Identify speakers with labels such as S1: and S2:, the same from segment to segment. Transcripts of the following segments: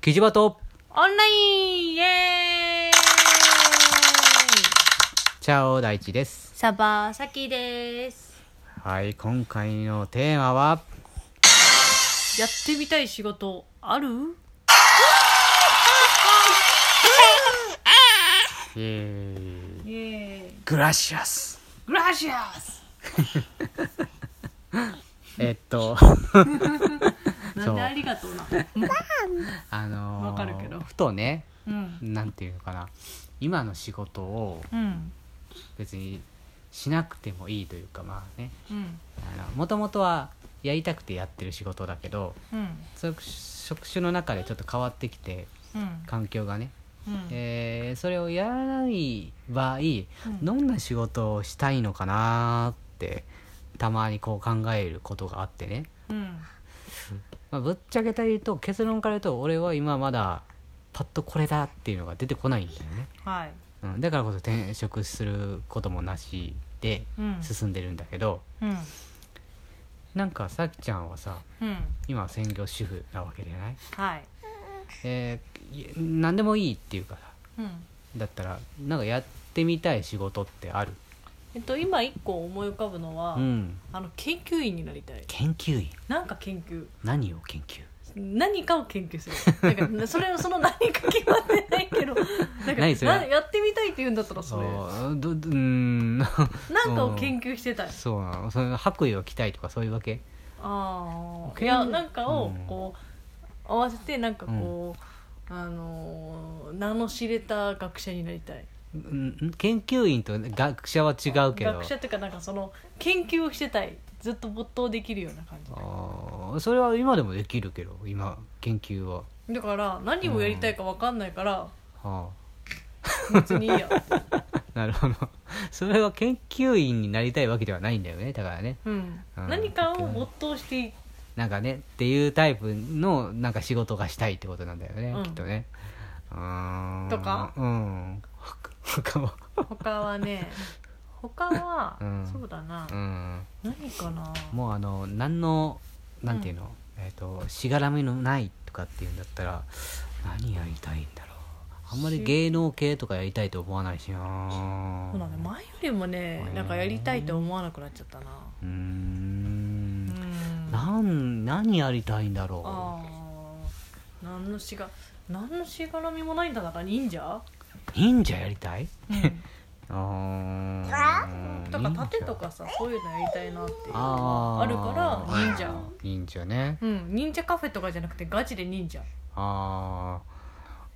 S1: キジバト
S2: オンラインイエーイ
S1: チャオ大地です。
S2: サバサキです。
S1: はい、今回のテーマは、
S2: やってみたい仕事ある
S1: えー、
S2: イエーイ。
S1: グラシアス。
S2: グラシアス
S1: えっ と、
S2: な
S1: そ
S2: ん
S1: う
S2: でありがとうな。
S1: あのー
S2: わかるけど
S1: ふとね、
S2: うん。
S1: なんていうのかな、今の仕事を
S2: うん。
S1: 別にしなくてもいいというか、まあね、
S2: うん。
S1: もともとはやりたくてやってる仕事だけど、
S2: うん。
S1: そういう職種の中でちょっと変わってきて、
S2: うん。
S1: 環境がね、
S2: うん。
S1: えーそれをやらない場合、
S2: うん
S1: どんな仕事をしたいのかなーってたまにこう考えることがあってね、
S2: うん。
S1: まあ、ぶっちゃけた言うと結論から言うと俺は今まだパッとこれだっていうのが出てこないんだよね、
S2: はい。
S1: うん、だからこそ転職することもなしで
S2: うん。
S1: 進んでるんだけど、
S2: うん。
S1: なんかさきちゃんはさ
S2: うん。
S1: 今は専業主婦なわけじゃない、
S2: はい。
S1: えーい何でもいいっていうかさ
S2: うん。
S1: だったらなんかやってみたい仕事ってある、
S2: えっと、今一個思い浮かぶのは、
S1: うん、
S2: あの、研究員になりたい。
S1: 研究員
S2: なんか研究。
S1: 何を研究
S2: 何かを研究するなんかそれその何か決まってないけどなん
S1: 何
S2: か
S1: それ
S2: なやってみたいって言うんだったらそれ
S1: そうどどうーん
S2: なんかを研究してたい
S1: そうなのそれ白衣を着たいとかそういうわけ
S2: ああ
S1: 究
S2: いやなんかを
S1: うん
S2: こう合わせてなんかこう、あのー名の知れた学者になりたい
S1: うんうん研究員と学者は違うけど
S2: 学者っていうかなんかその研究をしてたいずっと没頭できるような感じ
S1: あーそれは今でもできるけど今研究は、
S2: だから何をやりたいか分かんないから
S1: は
S2: 別にいいや、
S1: あ、 なるほど それは研究員になりたいわけではないんだよねだからね
S2: うん
S1: うん
S2: 何かを没頭してい
S1: なんかねっていうタイプのなんか仕事がしたいってことなんだよね、
S2: うん
S1: きっとねうーん
S2: とか
S1: うん 他他は
S2: 他はね他は、
S1: うん
S2: そうだな、
S1: うん
S2: 何かな
S1: もうあの何のなんていうの、えっ、としがらみのないとかっていうんだったら何やりたいんだろうあんまり芸能系とかやりたいと思わないしな
S2: そうだね前よりもねなんかやりたいと思わなくなっちゃったな
S1: うー
S2: うんん
S1: なん何やりたいんだろ
S2: あー何のしが何のしがらみもないんだから忍者、
S1: う忍者やりたい
S2: うん、
S1: あー
S2: だから盾とかさそういうのやりたいなっていう
S1: あ
S2: の
S1: ー
S2: があるから忍者
S1: 忍者ね
S2: うん忍者カフェとかじゃなくてガチで忍者
S1: ああ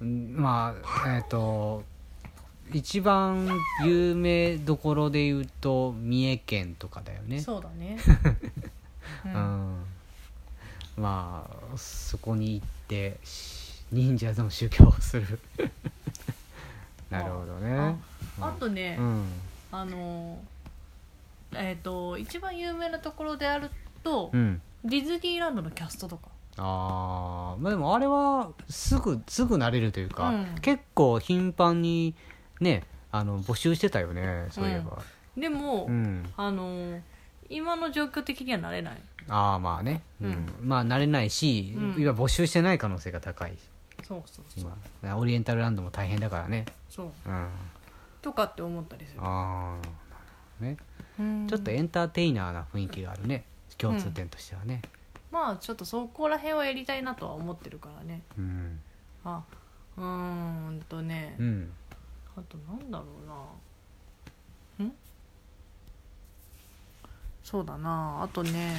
S1: まあえっ、と一番有名どころで言うと三重県とかだよね
S2: そうだ ねう、
S1: うんん、まあそこに行ってし忍者の修行をする なるほど
S2: あ
S1: ね
S2: あとね、
S1: うん
S2: あのえっ、と一番有名なところであると、
S1: うん
S2: ディズニーランドのキャストとか
S1: あーまあでもあれはすぐすぐ慣れるというか、
S2: うん
S1: 結構頻繁にねあの募集してたよねそういえば、
S2: でも、
S1: うん、
S2: あの今の状況的にはなれない
S1: ああまあね、うん
S2: うん
S1: まあ慣れないし、
S2: うん
S1: 今募集してない可能性が高い
S2: そうそうそう
S1: 今オリエンタルランドも大変だからね、
S2: そう
S1: うん、あ
S2: とかって思ったりする
S1: あーね
S2: うん
S1: ちょっとエンターテイナーな雰囲気があるね共通点としてはね、
S2: まあちょっとそこら辺はやりたいなとは思ってるからね
S1: うん
S2: あうーんとね、
S1: うん、
S2: あとなんだろうなんそうだなあとね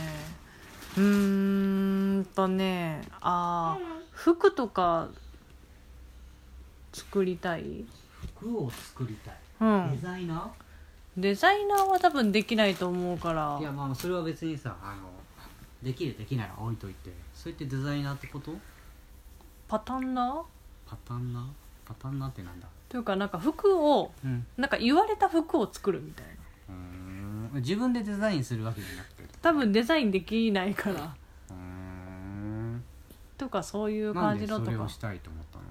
S2: うーんとねあー服とか作りたい
S1: 服を作りたい、
S2: うん
S1: ザイナ
S2: デザイナーは多分できないと思うから
S1: いやまあそれは別にさあのできるできないは置いといてそうやってデザイナーってこと
S2: パタンナー
S1: パタンナーパタンナーってなんだ
S2: というかなんか服を
S1: うん
S2: なんか言われた服を作るみたいな
S1: うん自分でデザインするわけじゃなくて
S2: 多分デザインできないから
S1: うん
S2: とかそういう
S1: な
S2: 感
S1: ん
S2: じ
S1: で
S2: の
S1: そ
S2: と
S1: れを
S2: か
S1: したいと思ったの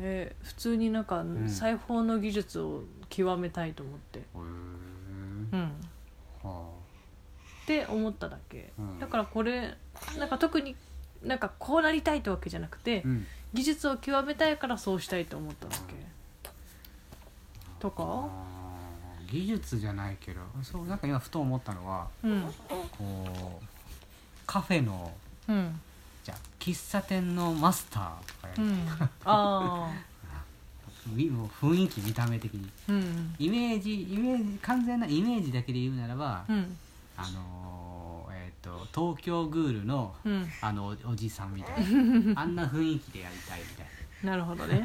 S2: えー普通になんか
S1: ん
S2: 裁縫の技術を極めたいと思って、
S1: へ
S2: う
S1: え
S2: んっ
S1: は
S2: て思っただけ、
S1: うん
S2: だからこれなんか特になんかこうなりたいってわけじゃなくて、
S1: あうん
S2: 技術を極めたいからそうしたいと思ったわけとか
S1: あー技術じゃないけどそうなんか今ふと思ったのは
S2: うん
S1: こうカフェの
S2: うん
S1: じゃあ喫茶店のマスターとかや
S2: う
S1: る、
S2: んああ
S1: みもう雰囲気見た目的に
S2: うん
S1: イメージイメージ完全なイメージだけで言うならば、
S2: うん
S1: あのーえっ、と東京グールの
S2: うん
S1: あのおおじさんみたい なあんな雰囲気でやりたいみたい
S2: なるほ どね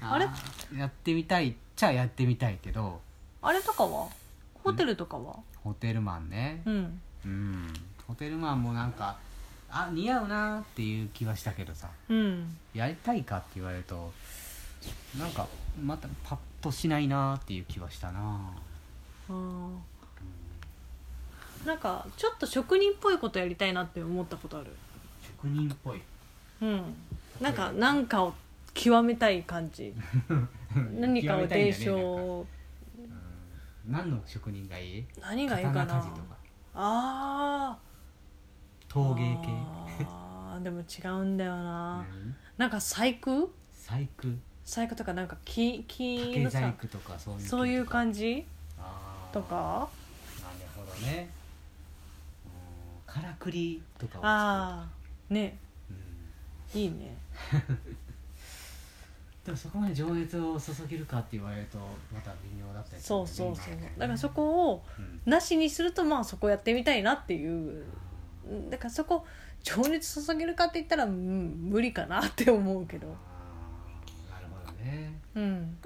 S1: なー
S2: あれ
S1: やってみたいっちゃやってみたいけど
S2: あれとかはホテルとかは
S1: ホテルマンね
S2: うん
S1: うんホテルマンもなんかあ似合うなーっていう気はしたけどさ
S2: うん
S1: やりたいかって言われるとなんかまたパッとしないなーっていう気はしたな
S2: うんなんかちょっと職人っぽいことやりたいなって思ったことある
S1: 職人っぽい
S2: うんなんかなんかを極めたい感じ 何かを伝承
S1: 何の職人がいい
S2: 何がいいか
S1: 刀
S2: な
S1: 鍛冶とか
S2: あー
S1: 陶芸系
S2: あーでも違うんだよな
S1: 何
S2: なんか細工
S1: 細工
S2: 細工とかなんか木木
S1: 竹
S2: の
S1: 細
S2: さ
S1: 工とかそういう系とか
S2: そういう感じ
S1: あー
S2: とか
S1: なるほどねうんからくりとかを作
S2: ああね
S1: る、うん
S2: いいね
S1: でもそこまで情熱を注げるかって言われるとまた微妙だったりする
S2: そ
S1: よ
S2: う
S1: ね
S2: そうそう
S1: 今ね
S2: だからそこを
S1: うん
S2: なしにするとまあそこやってみたいなっていうだからそこ情熱注げるかって言ったら、うん、無理かなって思うけど
S1: あーなるほどね
S2: うん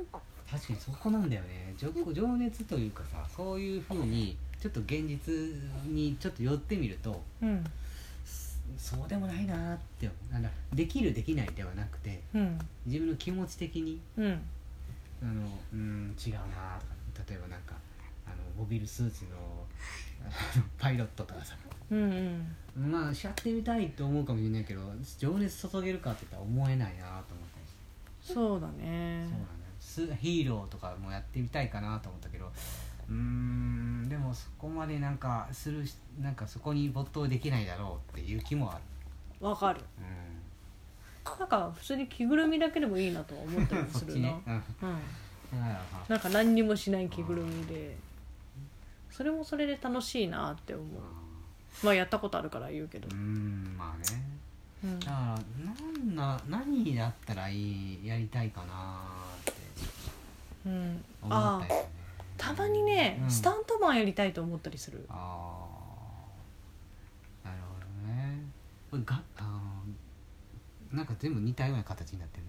S1: 確かにそこなんだよね情情熱というかさそういうふうにちょっと現実にちょっと寄ってみると
S2: うん
S1: そうでもないなーってなんだできるできないではなくて
S2: うん
S1: 自分の気持ち的に
S2: うん
S1: あのうーん違うなーとか例えばなんかあのモビルスーツのあのパイロットとかさ
S2: うんうん
S1: まあやってみたいと思うかもしれないけど情熱注げるかって言ったら思えないなと思ったりして
S2: そうだね
S1: そうなんだよすヒーローとかもやってみたいかなと思ったけどうーんでもそこまでなんかするしなんかそこに没頭できないだろうっていう気もある
S2: わかる
S1: うん
S2: なんか普通に着ぐるみだけでもいいなとは思ったりも
S1: そ
S2: す
S1: っ
S2: る
S1: ち
S2: な、
S1: ねうん
S2: うん
S1: だからさ
S2: なんか何にもしない着ぐるみでそれもそれで楽しいなって思うまあやったことあるから言うけど
S1: うー、んまあね
S2: うん
S1: だからなんな何やったらいいやりたいかなって
S2: うん、
S1: 思
S2: あ
S1: ったり
S2: あ
S1: するね
S2: たまにね、
S1: うん
S2: スタントマンやりたいと思ったりする
S1: ああなるほどねこれがあーなんか全部似たような形になって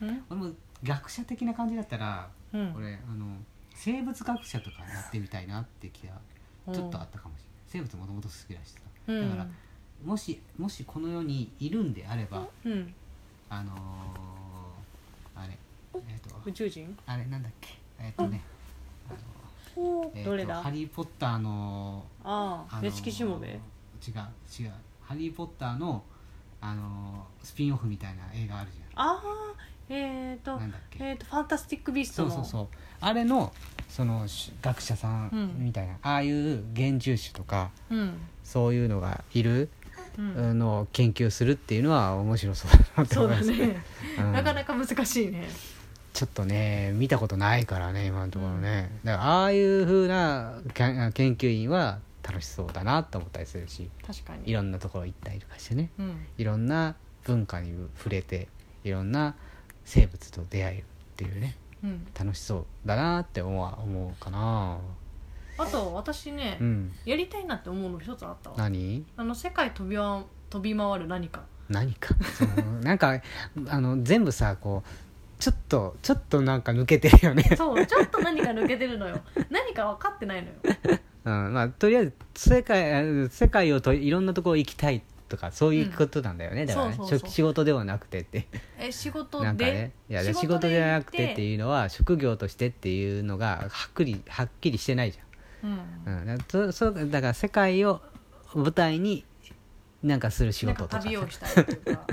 S1: るね
S2: うん
S1: 俺も学者的な感じだったら
S2: うん
S1: 俺あの生物学者とかやってみたいなって気がちょっとあったかもしれない生物もともと好きだしさ
S2: うん
S1: だからもしもしこの世にいるんであれば
S2: うん、
S1: あのー、あれえっ、と
S2: 宇宙人
S1: あれなんだっけえっ、とねあのえーと
S2: どれだ
S1: ハリー・ポッターの
S2: あ
S1: あ
S2: あ
S1: の
S2: 屋敷しもべ
S1: 違う違う「ハリー・ポッターの」あのスピンオフみたいな映画あるじ
S2: ああえっ、ー、
S1: ゃん
S2: と
S1: なんだっけ
S2: えっ、と「ファンタスティック・ビース
S1: そ
S2: ト
S1: う
S2: の」
S1: そうそうあれのそのし学者さんみたいな、ああいう幻獣種とか
S2: うん、
S1: そういうのがいる
S2: うん
S1: のを研究するっていうのは面白そうだなって
S2: そう
S1: 思います、
S2: だ ね、
S1: うん
S2: なかなか難しいね
S1: ちょっとね見たことないからね今のところね、だからああいうふうなけん研究員は楽しそうだなと思ったりするし
S2: 確かに
S1: いろんなところ行ったりとかしてね
S2: うん
S1: いろんな文化に触れていろんな生物と出会えるっていうね
S2: うん、
S1: 楽しそうだなって思う思うかな
S2: あと私ね、
S1: うん
S2: やりたいなって思うの一つあったわ
S1: 何
S2: あの世界飛びわ飛び回 る何か
S1: 何かそのなんかあの全部さこうちょっとちょっとなんか抜けてるよね、
S2: そうちょっと何か抜けてるのよ何か分かってないのよ
S1: うんまあ、とりあえず世界あの世界をといろんなところ行きたいとかそういうことなんだよね、だからね
S2: そうそうそう
S1: し仕事ではなくて って
S2: え仕事
S1: なんかねい
S2: で、
S1: や仕事じゃなくてっていうのは職業としてっていうのがはっきりはっきりしてないじゃん
S2: うん
S1: うん、だからそそうだから世界を舞台になんかする仕
S2: なん
S1: 事
S2: か
S1: とか
S2: 旅をしたいというか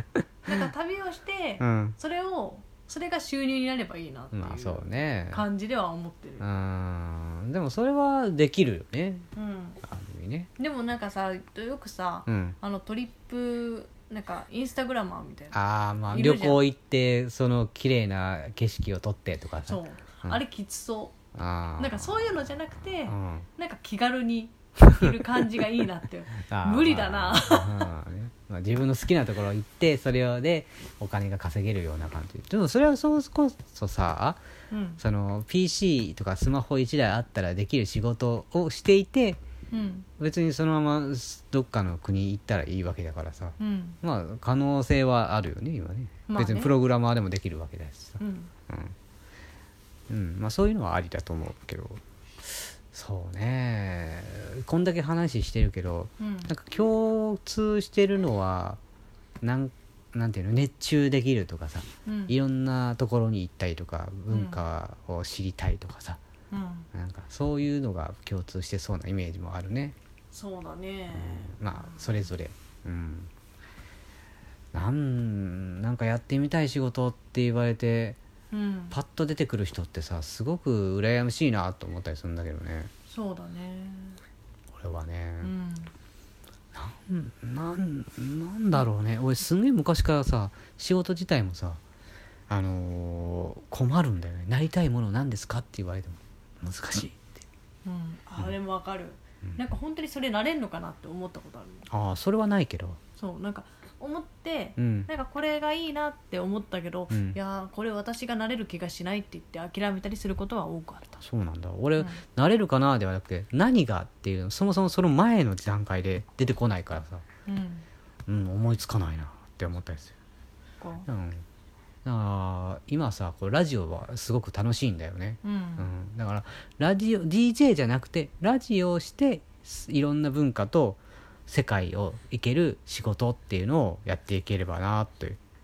S2: なんか旅をして、
S1: うん
S2: それをそれが収入になればいいなってい
S1: まあ
S2: う
S1: そうね
S2: 感じでは思ってる、
S1: うんでもそれはできるよね
S2: うん
S1: ある意味ね
S2: でもなんかさよくさ、
S1: うん
S2: あのトリップなんかインスタグラマーみたいな
S1: ああまあ
S2: いる
S1: 旅
S2: じゃん
S1: 行行ってその綺麗な景色を撮ってとかさ
S2: そう、
S1: うん
S2: あれきつそ
S1: あ
S2: うなんかそう
S1: い
S2: いうのじゃなくて、
S1: うん、
S2: なんか気 軽にいる感じがいいなって
S1: あー
S2: 無理だな
S1: まあうんまあ自分の好きなところ行ってそれをでお金が稼げるような感じでもそれはそうこそさ
S2: うん
S1: その PC とかスマホ1台あったらできる仕事をしていて
S2: うん
S1: 別にそのままどっかの国行ったらいいわけだからさ
S2: うん
S1: まあ可能性はあるよね今ね,、
S2: まあね
S1: 別にプログラマーでもできるわけだしさ
S2: うん
S1: うん、うん、まあそういうのはありだと思うけどそうねこんだけ話してるけど
S2: うん
S1: なんか共通してるのはなんなんていうの熱中できるとかさ
S2: うん
S1: いろんなところに行ったりとか文化を知りたいとかさ、
S2: うん
S1: なんかそういうのが共通してそうなイメージもあるね、
S2: そうだね
S1: うんまあそれぞれうんなんなんかやってみたい仕事って言われて
S2: うん
S1: パッと出てくる人ってさすごく羨ましいなと思ったりするんだけどね
S2: そうだね
S1: 俺はね、
S2: うん
S1: なんなんだろうね俺すんげえ昔からさ仕事自体もさあのー困るんだよねなりたいもの何ですかって言われても難しいって
S2: うんあれもわかる
S1: うん
S2: なんか本当にそれなれんのかなって思ったことあるもん
S1: ああそれはないけど
S2: そうなんか思って
S1: うん
S2: なんかこれがいいなって思ったけど、
S1: うん
S2: いやーこれ私がなれる気がしないって言って諦めたりすることは多くあった
S1: そうなんだ俺、
S2: うん
S1: なれるかなではなくて何がっていうのそもそもその前の段階で出てこないからさ
S2: うん
S1: うん思いつかないなって思ったりする
S2: こ
S1: うんだから今さこうラジオはすごく楽しいんだよね
S2: ううん
S1: うん、だからラジオ DJ じゃなくてラジオをしてすいろんな文化と世界を行ける仕事っていうのをやっていければなという